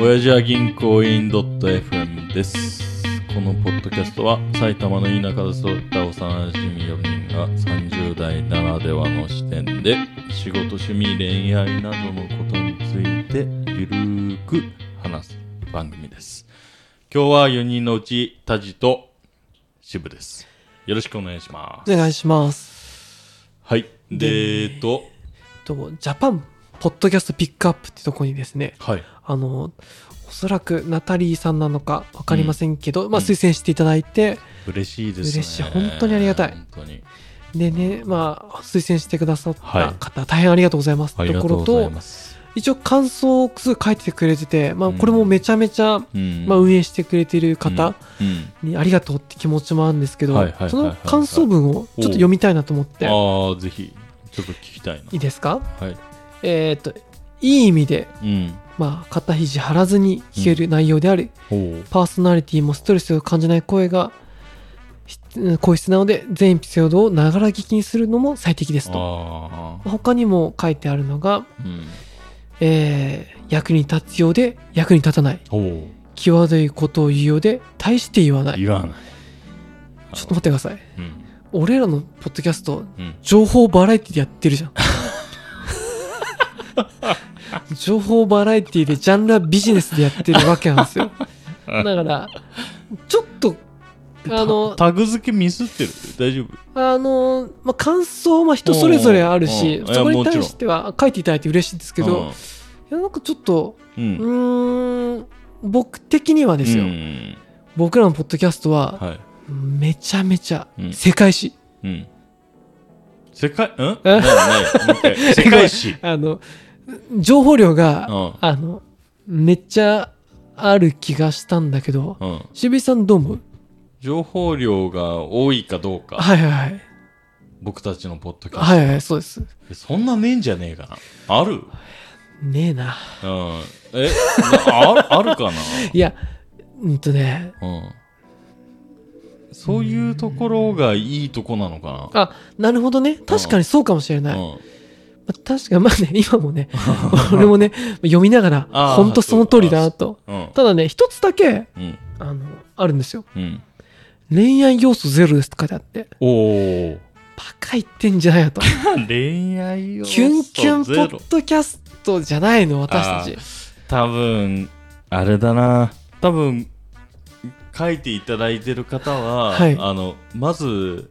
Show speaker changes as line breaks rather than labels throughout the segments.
親父は銀行員 .fm です。このポッドキャストは埼玉の田舎で育った幼馴染4人が30代ならではの視点で仕事、趣味、恋愛などのことについてゆるーく話す番組です。今日は4人のうちタジと渋です。よろしくお願いします。
お願いします。
はい。で、えっと、
と、ジャパンポッドキャストピックアップってとこにですね、
はい。
あの、おそらくナタリーさんなのかわかりませんけど、まあ推薦していただいて、
嬉しいですね。
嬉しい本当にありがたい
本当に。
でね、まあ推薦してくださった
はい
方、大変ありがとうございますっ
あ
て
りが
と
と
こ
う
ろ
ござい
と、
ます。
一応感想を数書いてくれてて、まあ
うん
これもめちゃめちゃ、
うん
まあ運営してくれてる方
うん
にありがとうって気持ちもあるんですけ
はいは
ど
いはいは、い
その感想文をちょっと読みたいなと思って、
ああぜひちょっと聞きたいない
いですか
はい
えっと、いい意味で
うん
まあ、肩肘張らずに聞ける内容であり、
おう
パーソナリティもストレスを感じない声がひうん声質なので全エピソードをながら聞きにするのも最適ですと
ああ
他にも書いてあるのが、
うん
えー役に立つようで役に立たない
おう
際どいことを言うようで大して言わないち
言
ょ
わない
っと待ってください
うん
俺らのポッドキャスト
うん
情報バラエティでやってる じゃん情報バラエティでジャンルはビジネスでやってるわけなんですよだからちょっとあの
タタグ付けミスってる大丈夫
あの、まあ、感想は人それぞれあるし
うんうん
そこ
いやも
に
ちろ
対
ん
しては書いていただいて嬉しいんですけど、いやなんかちょっと
う
うん
うん
ーん僕的にはですよ、
うん
僕らのポッドキャストは
はい
めちゃめちゃ
うん
世界史、
うん世界んないないもう一回 世界史
あの情報量が、
うん
あのめっちゃある気がしたんだけど、
うん
渋井さんどう思う
情報量が多いかどうか
はいはいはい
僕たちのポッドキャス
はいはいそうです
トそんなねえんじゃねえかなある
ねえな
うん えなあるあるかない
やうんとね
うん、そういうところがいいとこなのか
あなるほどね確かにそうかもしれ
な、
ない、ま
うん
あ確かにまあね今も ね俺もね読みながら
あー
本当その通りだなと
うん
ただね一つだけ
うん
あのあるんですよ
うん、
恋愛要素ゼロですって書いてあって
おお
バカ言ってんじゃないよ と
恋愛を
キュンキュンポッドキャストじゃないの私たち
多分あれだな多分書いていただいてる方は、
はい
あのまず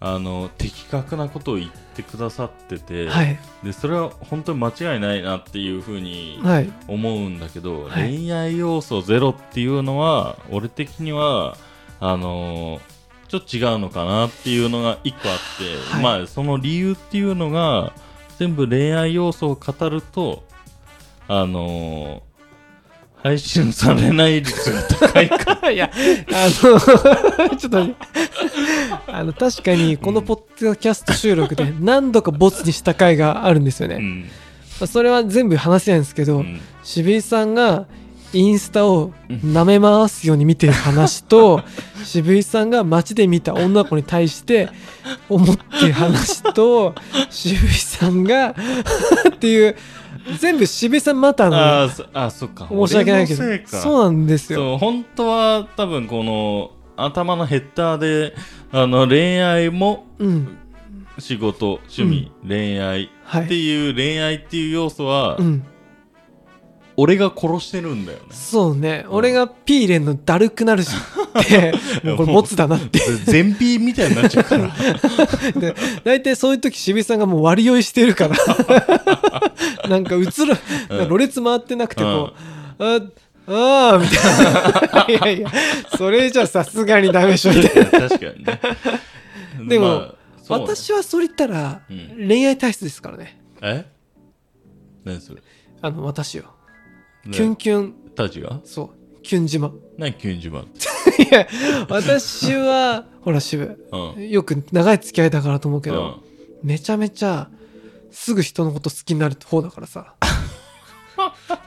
あの的確なことを言ってくださってて、
はい
でそれは本当に間違いないなっていうふうに
はい
思うんだけど、
はい
恋愛要素ゼロっていうのは俺的にはあのーちょっと違うのかなっていうのが一個あって、
はい
まあその理由っていうのが全部恋愛要素を語るとあのー配信されない率が高 いか
いや、あの、 ちょっとね、あの、確かに、このポッドキャスト収録で何度かボツにした回があるんですよね。
う
ま
ん
あそれは全部話せないんですけ
う
ど、
ん
渋井さんがインスタを舐め回すように見てる 話と、渋井さんが街で見た女の子に対して思ってる話と、渋井さんがっていう、全部渋井さんまた
あ
の
ーそあそっか
申し訳ないけど
俺のせい、か
そうなんですよ。
そう本当は多分この頭のヘッダーであの恋愛も
うん。
仕事趣味、恋愛
は
って
い。
いう恋愛っていう要素は、
うん。
俺が殺してるんだよね
そうね、
うん
俺がピーレンのだるくなるしって、 もうこれ持つだなって。
全 P みたいになっちゃうから
で、大体そういう時渋井さんがもう割り酔いして るから。なんか映る、
うん
ろれつ回ってなくてこう、あ、あー みたいな。いやいや、それじゃさすがにダメでしょ、みたいな。
確かにね
でも
そうね
私はそれ言ったら
う、ん
恋愛体質ですからね。
え何それ
あの、私よ。
ね
キュンキュン、
たちが
そう、キュン島。
何キュンジマン
いや、私は、ほら渋、
うん
よく長い付き合いだからと思うけど、
うん
めちゃめちゃすぐ人のこと好きになる方だから さ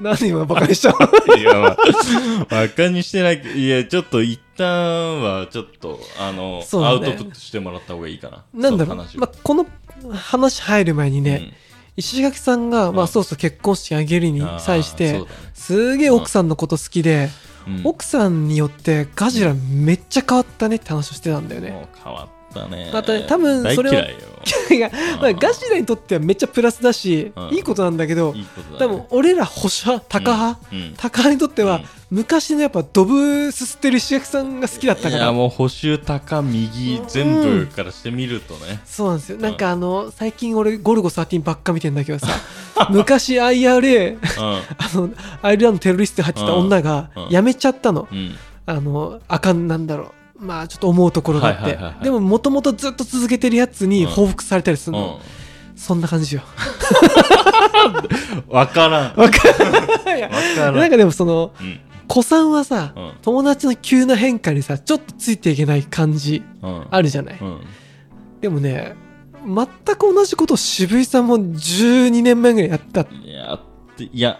なんで今バカにしたの
いや、まあ、 バカにしてないけどいや、ちょっと一旦は、ちょっと、あの、
そう
ア
だ
ウ
ね
トプットしてもらった方がいいかな。
なんだろ
その
う、
話を
まあ、この話入る前にね、石垣さんが、
うん
まあそうそう結婚式あげるに
あー
際し
そ
て
う
すげえ奥さんのこと好きで、
だね、
奥さんによってガジラめっちゃ変わったねって話をしてたんだよ
うん
ね。
もう変わったね
また多分それは
大嫌いよ
いやまあガジラにとってはめっちゃプラスだし
うん
いいことなんだけど
いいことだ、ね、
多分俺ら保守派タカ派
うん
タカ派にとって
う
は
ん
昔のやっぱドブすすってる石垣さんが好きだったか
いや
ら
もう補修高右全部からしてみるとね、
そうなんですよなんかあの最近俺ゴルゴ13ばっか見てんだけど さ昔 IRA
う
あのアイルランドテロリストに入ってた女が
うんうん
辞めちゃったの
ん、うん、
あのあかんなんだろうまあちょっと思うところがあって、
はいはいはいはい
でももともとずっと続けてるやつに
うん
報復されたりする
う
の
ん、、
そんな感 じよ
分からん分
わかんない
からん
なんかでもその
うん
子さんはさ、
うん
友達の急な変化にさちょっとついていけない感じ
うん
あるじゃない、
うん
でもね全く同じことを渋井さんも12年前ぐらいやった
いやっていや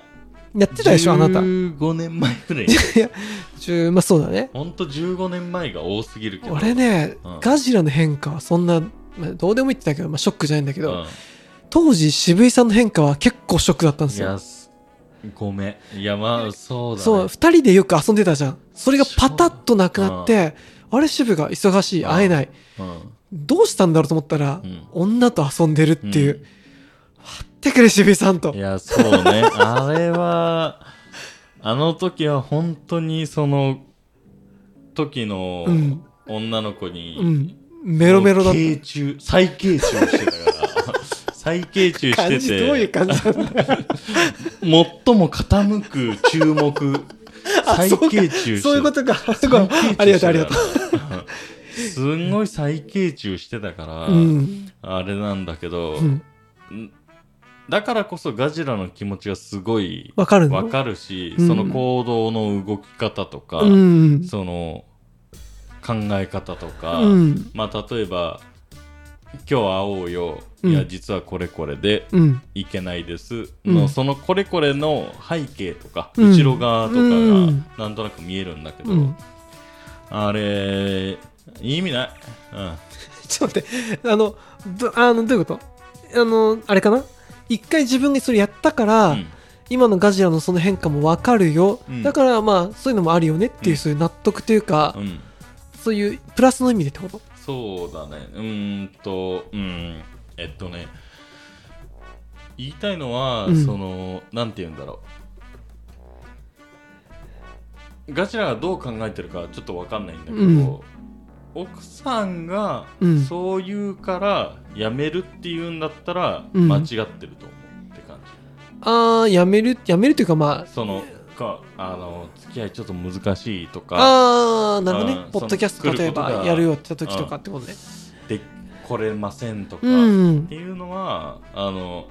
やってたでしょあなた
15年前ぐら い
10まあそうだね
ほんと15年前が多すぎるけど
俺ね、
うん
ガジラの変化はそんな、まあどうでもいいって言ったけど、まあ、ショックじゃないんだけ
う
ど、
ん、
当時渋井さんの変化は結構ショックだったんで
い
すよ
やすごめんいやまあそうだ、ね、
そう2人でよく遊んでたじゃんそれがパタッとなくなってあれ渋が忙しい
うん
会えない
うん、
どうしたんだろうと思ったら、
うん
女と遊んでるっていう、ってくれ渋井さんと
いやそうねあれはあの時は本当にその時の
うん
女の子に、
うんメロメロだった
傾注再傾注してたから再傾注し
感
て
じどういう
て
感じ なんだ
最も傾く注目再
そうか
傾注して
そういうことかすごい
再傾注してた
ありがとうありがと
うんすんごい再傾注してたから、
ううん、
あれなんだけど、
うん、
んだからこそガジラの気持ちがすごい
わかるの
わかるし、
うん
その行動の動き方とか、
うん
その考え方とか、
うん
まあ例えば「今日会おうよ」
うん
いや実はこれこれで
うん
いけないです」
うん
のそのこれこれの背景とか、
うん
後ろ側とかが
うん
なんとなく見えるんだけど、
うん
あれ意味ない、うん、
ちょっと待って、あの、どあのどういうことあの、あれかな一回自分がそれやったから、
うん
今のガジラのその変化もわかるよ、
うん
だからまあそういうのもあるよねっていう、
うん
そういう納得というか、
うん
そういうプラスの意味でってこと
そうだねうーんとうんえっとね言いたいのは、
うん
そのなんて言うんだろうガチラがどう考えてるかはちょっとわかんないんだけど、
うん
奥さんが
うん
そう言うから辞めるっていうんだったら
うん
間違ってると思うって感じ、
ああやめるやめるというかまあ
そのかあの付き合いちょっと難しいとか
ああーなるほどね
うん
ポッドキャス
そ
ト
の
例
来る
え
こと
ば
が
やるよって時とかってことね
でこれませんとか、
うん
っていうのはあの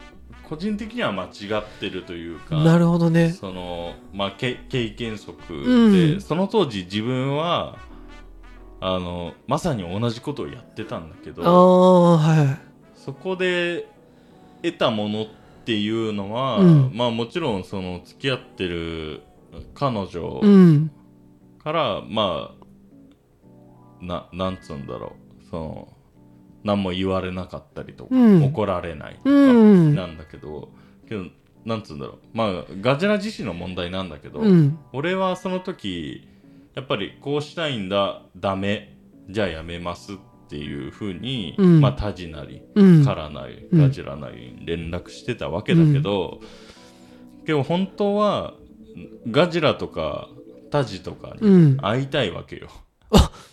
個人的には間違ってるというか
なるほどね
その、まあ、け経験則で、
うん
その当時自分はあのまさに同じことをやってたんだけ
ああ
ど
は
そこで得たものっていうのは、
うん
まあもちろんその付き合ってる彼女
いうん
から、まあななんつうんだろうその何も言われなかったりとか、
うん
怒られないとか、
うん
なんだけど、けど、なんつうんだろう。まあ、ガジラ自身の問題なんだけど、
うん
俺はその時、やっぱりこうしたいんだ、ダメ、じゃあやめますっていうふうに、
うん
まあ、タジなり、
うん
カラなり、
うん
ガジラなりに連絡してたわけだけど、けど本当は、ガジラとかタジとか
う
に
ん
会いたいわけ よ。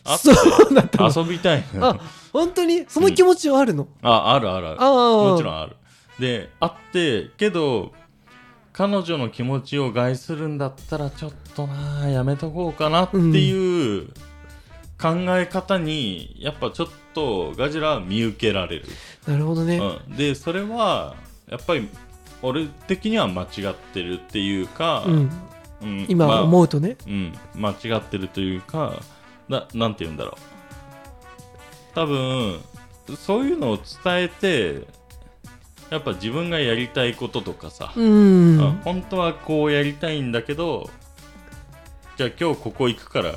あ
そうなんだ
遊びたいのよ
あ本当にその気持ちはあるの、
あ、あるあるある。
ああ
もちろんある。で、あって、けど、彼女の気持ちを害するんだったら、ちょっとなあ、やめとこうかなっていう考え方に、やっぱちょっとガジラは見受けられる。
なるほどね、
うん、で、それは、やっぱり、俺的には間違ってるっていうか、
うん、
うんま
今
あ
思うとね、
うん、間違ってるというかななんて言うんだろう多分そういうのを伝えてやっぱ自分がやりたいこととかさ、
うん
あ本当はこうやりたいんだけどじゃあ今日ここ行くから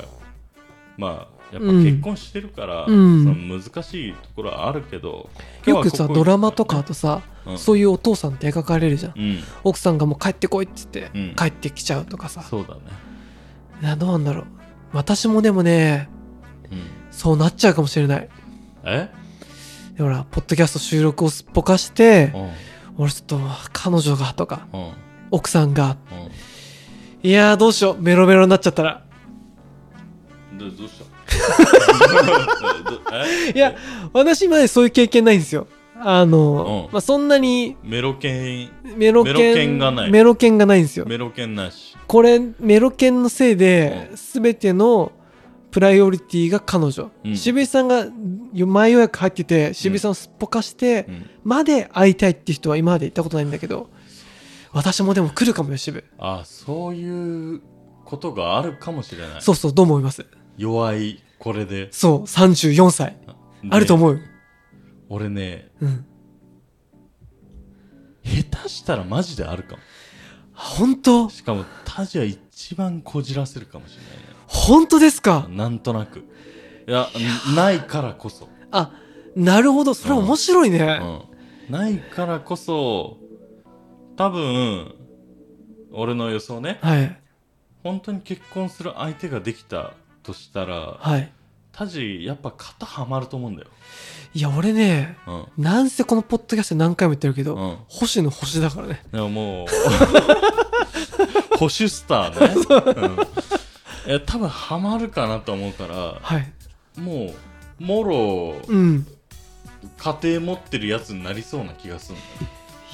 まあやっぱ結婚してるから、
うん
その難しいところはあるけど、
よくさドラマとかとさ、
うん
そういうお父さんって描かれるじゃん
うん
奥さんがもう帰ってこいっつって、
うん
帰ってきちゃうとかさ
そうだね、
などうなんだろう私もでもね
うん、
そうなっちゃうかもしれない
え
ほらポッドキャスト収録をすっぽかして
うん
俺ちょっと彼女がとか
うんうん
奥さんがいやーどうしようメロメロになっちゃったら
どどう したどえ
いや私までそういう経験ないんですよあの、
うん
まあ、そんなに
メロケン
メロケン
メロケンがない
メロケンがないんですよ
メロケンなし
これメロケンのせいで
う
全てのプライオリティが彼女、
うん
渋井さんが前予約入ってて渋井さんをすっぽかして
うん
まで会いたいって人は今まで行ったことないんだけど私もでも来るかもよ渋
あそういうことがあるかもしれない
そうそうどう思います
弱いこれで
そう34歳あると
う
思うよ、
俺ね
うん、
下手したらマジであるかも
あ本当
しかもタジは一番こじらせるかもしれないね
本当ですか
なんとなく。いや、ないからこそ。
あなるほどそれ面白いね、
うん。ないからこそ、多分、俺の予想ね、
はい
本当に結婚する相手ができたとしたら、
はい
タジ、やっぱ肩はまると思うんだよ。
いや俺ね
うん。
なんせこのポッドキャストで何回も言ってるけど、
うん
星の星だからね
でもも う、保守スターね。うん。いや、多分ハマるかなと思うから、
はい
もう、もろ、
うん
家庭持ってるやつになりそうな気がするん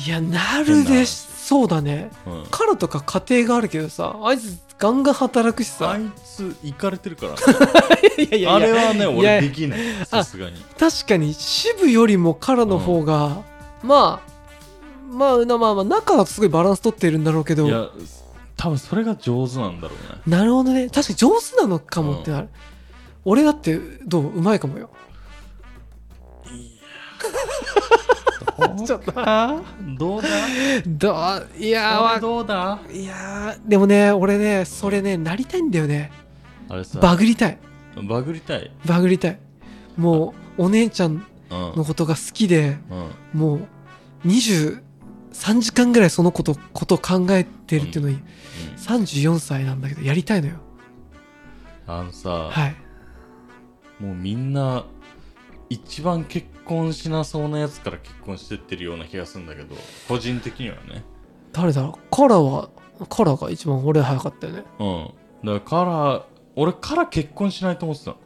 いやなる
変
で
な
しそうだね
だよ。うん。
彼とか家庭があるけどさあいつガンガン働くしさ
あいつ行かれてるからね、
いやい
あれはね
いや
俺できないさすがに
確かに渋よりも彼の方が、まあまあなまあまあ仲はすごいバランス取っているんだろうけ
い
ど
や多分それが上手なんだろうね
なるほどね確かに上手なのかもってなる、俺だってどううまいかもよ ちょっと
どうだ
どういやーわ
どうだ
いやーでもね俺ねそれねなりたいんだよね
あれさ
バグりたい
バグりたい
バグりたいもうお姉ちゃん
うん
のことが好きで
うん
もう23時間ぐらいその子とことを考えてるっていうのに34歳なんだけどやりたいのよ
あのさ、
はい
もうみんな一番結婚しなそうなやつから結婚してってるような気がするんだけど個人的にはね
誰だろうカラはカラが一番俺早かったよね
うんだからから俺から結婚しないと思ってたの
あ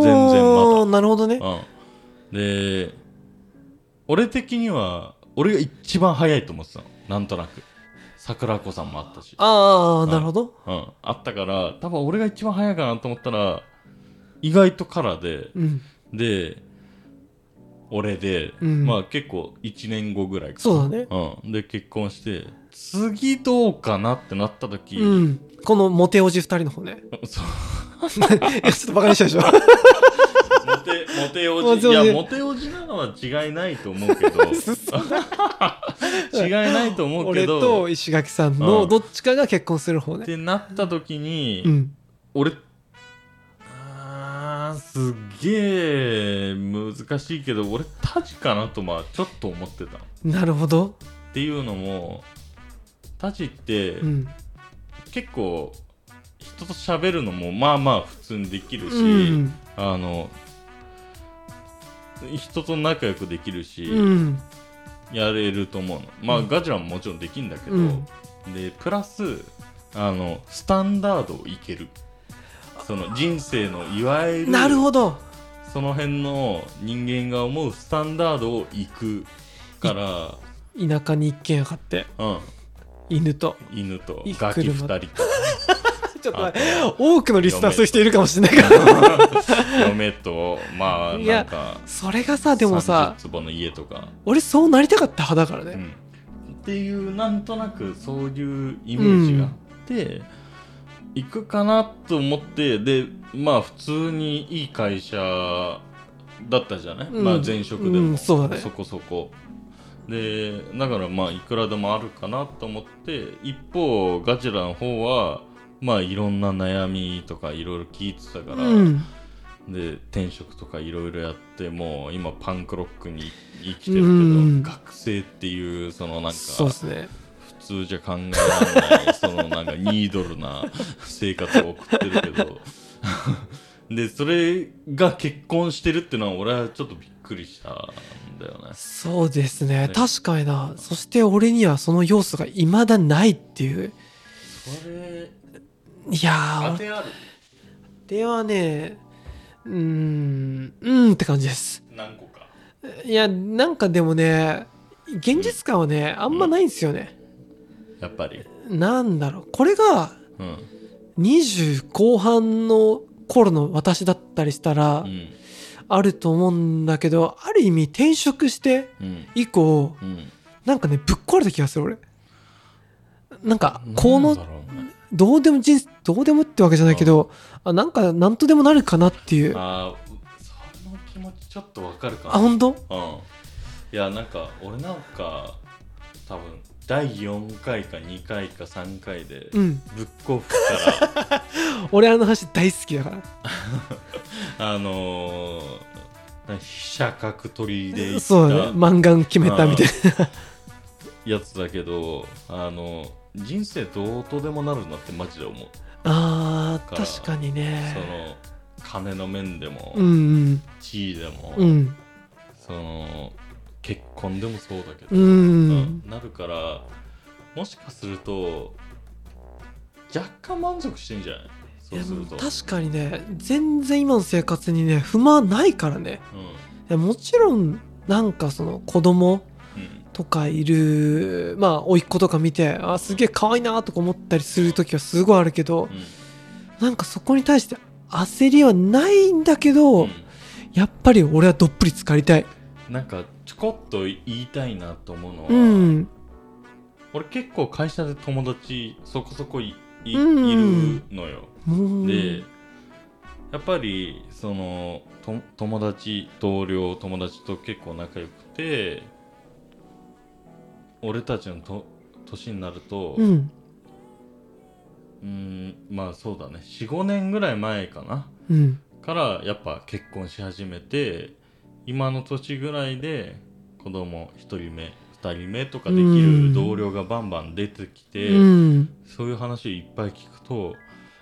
あ
全然まだ
なるほどね
うん、で俺的には俺が一番早いと思ってたのなんとなく桜子さんもあったし
ああなるほど
うん、あったから多分俺が一番早いかなと思ったら意外とカラー
うん
でで俺で、
うん
まあ結構1年後ぐらいか
そうだね
う、ん、で結婚して次どうかなってなった時、
うんこのモテおじ2人の方ね
そう
いやちょっとバカにしたでしょ
モテ、モテ
モ
お
テ
じ。い
おじ
や、モテおじなのは違いないと思うけ ど。違いないと思うけ
俺
ど。
と
っ
石垣さんの
うん
どっちかが結婚する方ね
てなった時に、
うん
俺、あーすっげえ難しいけど、俺、タジかなと、まあ、ちょっと思ってた。っ
なるほど
ていうのも、タジって
う、ん
結構、人と喋るのも、まあまあ普通にできるし、
うん
あの、人と仲良くできるし、
うん
やれると思うのまあ、
うん
ガジラももちろんできるんだけど、
うん
でプラスあのスタンダードをいけるその人生のいわゆる
なるほど
その辺の人間が思うスタンダードをいくか
田舎に一軒家買って
ら、うん、
犬 と
犬と
いい
ガキ2人
車
と
ちょっと
あ
待って多くのリスナーそういう人いるかもしれ ないか ら
嫁とまあ
い
な
や
んか
それがさでもさ
30坪の家とか、
俺そうなりたかった派だから
う
ね、
ん、っていうなんとなくそういうイメージがあって、行くかなと思ってでまあ普通にいい会社だったじゃない、
うん
まあ前職でも、
うんそうだね
こそこでだからまあいくらでもあるかなと思って一方ガチラの方はまあいろんな悩みとかいろいろ聞いてたから、
うん
で転職とかいろいろやってもう今パンクロックに生きて
う
る
ん
けど学生っていうそのなんか
そうですね
普通じゃ考えられない そのなんかニードルな生活を送ってるけど でそれが結婚してるっていうのは俺はちょっとびっくりしたんだよね
そうですね
ね
確かになそして俺にはその要素がいまだないっていう
それ
いや
当
ー
てある
俺はねうーんうんって感じです
何個か
いやなんかでもね現実感はねあんまないんですよね、
やっぱり
なんだろうこれが
うん
20後半の頃の私だったりしたら
うん
あると思うんだけどある意味転職して
うん
以降
うん
なんかねぶっ壊れた気がする俺なんかこ
なん
の
だろうね
どうでも人生どうでもってわけじゃないけどあなんかなんとでもなるかなっていう
あ
あ
ーその気持ちちょっとわかるかな
本当
うんいやなんか俺なんか多分第4回か2回か3回で
うん
ブックオフから、
俺あの話大好きだから
あのー、なんか飛車角取りで行った
そうだね漫画決めたみたいな
やつだけど、あの人生どうとでもなるなってマジで思う、
あー
から
確かにね
その金の面でも、
うん
地位でも、
うんうん
その結婚でもそうだけど、
う
うん
ん
なるからもしかすると若干満足してんじゃない
い
そう
や
すると、
確かにね全然今の生活にね不満ないからね
う
いやもちろんなんかその子供
んうん、
とかいるまあ甥っ子とか見てあすげえ可愛いなとか思ったりする時はすごいあるけどなんかそこに対して焦りはないんだけど、
うん
やっぱり俺はどっぷり浸かりたい
うん、なんかちょこっと言いたいなと思うのは、
うん
俺結構会社で友達そこそこいい,、
うん
るのよ
もう
でやっぱりそのと友達同僚友達と結構仲良くて俺たちのと年になると、
うん
うーんまあそうだね45年ぐらい前かな
うん
からやっぱ結婚し始めて今の年ぐらいで子供1人目2人目とかでき
う
る
ん
同僚がバンバン出てきて、
うん
そういう話をいっぱい聞くと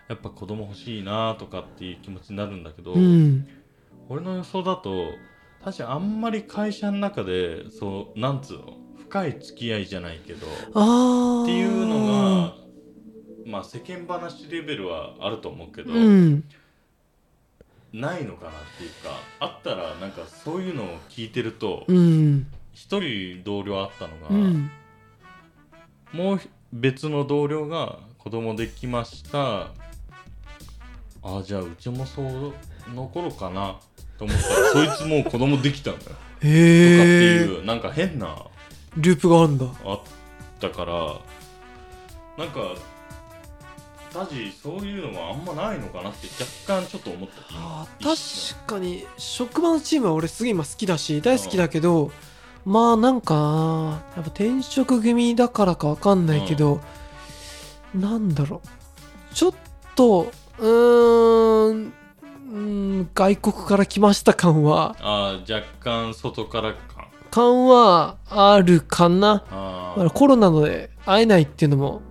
やっぱ子供欲しいなとかっていう気持ちになるんだけど、
うん
俺の予想だと確かにあんまり会社の中でそうなんつうの深い付き合いじゃないけど
ああ
っていうのがまあ世間話レベルはあると思うけど、
うん
ないのかなっていうかあったらなんかそういうのを聞いてると
うん
一、人同僚あったのが、
うん
もうひ別の同僚が子供できましたあじゃあうちもその頃かなと思ったらそいつもう子供できたんだよとかって
へえ
いうなんか変な
ループがあるんだ
あったからなんかタジそういうのはあんまないのかなって若干ちょっと思った
あ
今
ー確かに職場のチームは俺すげえ今好きだし大好きだけどまあなんかなやっぱ転職組だからかわかんないけど、なんだろうちょっとうーんうーん外国から来ました感は
あー若干外から感
感はあるかな
あ
だからコロナので会えないっていうのも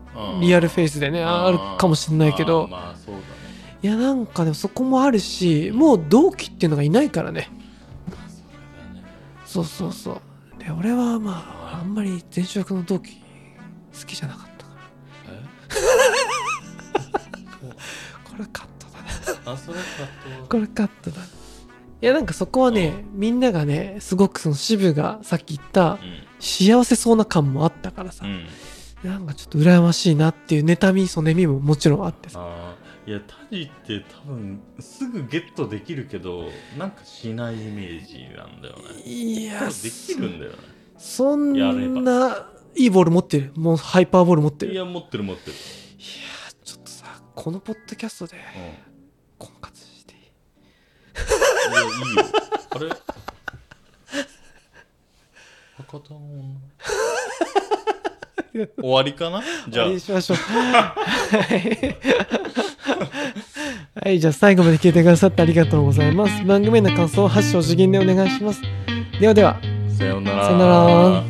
リアルフェイ
ス
スでねあるかもしんないけど
まあそう だね
いやなんかでもそこもあるしもう同期っていうのがいないから
そ
ね
れだね
そうそうそうで俺はまああんまり前職の同期好きじゃなかったか
え
らこれカットだな
あそれかと
これカットだないやなんかそこはね、みんながねすごくその支部がさっき言った幸せそうな感もあったからさ
う、ん、うん、
なんかちょっと羨ましいなっていう妬みそねみももちろんあってさ
あーいやタジって多分すぐゲットできるけどなんかしないイメージなんだよね
い
多
や
分できるんだよね
そ
やれ
んないいボール持ってるもうハイパーボール持ってる
い
いや
や持ってる持ってる、
ちょっとさこのポッドキャスト
う
で
ん、いや
婚活してい
い
い
いよあれ博多の 女終わりかなじゃあ
終わりにしましょう。はい。はい、じゃあ最後まで聞いてくださってありがとうございます。番組への感想を発祥次元でお願いします。ではでは。
さようなら。
さようなら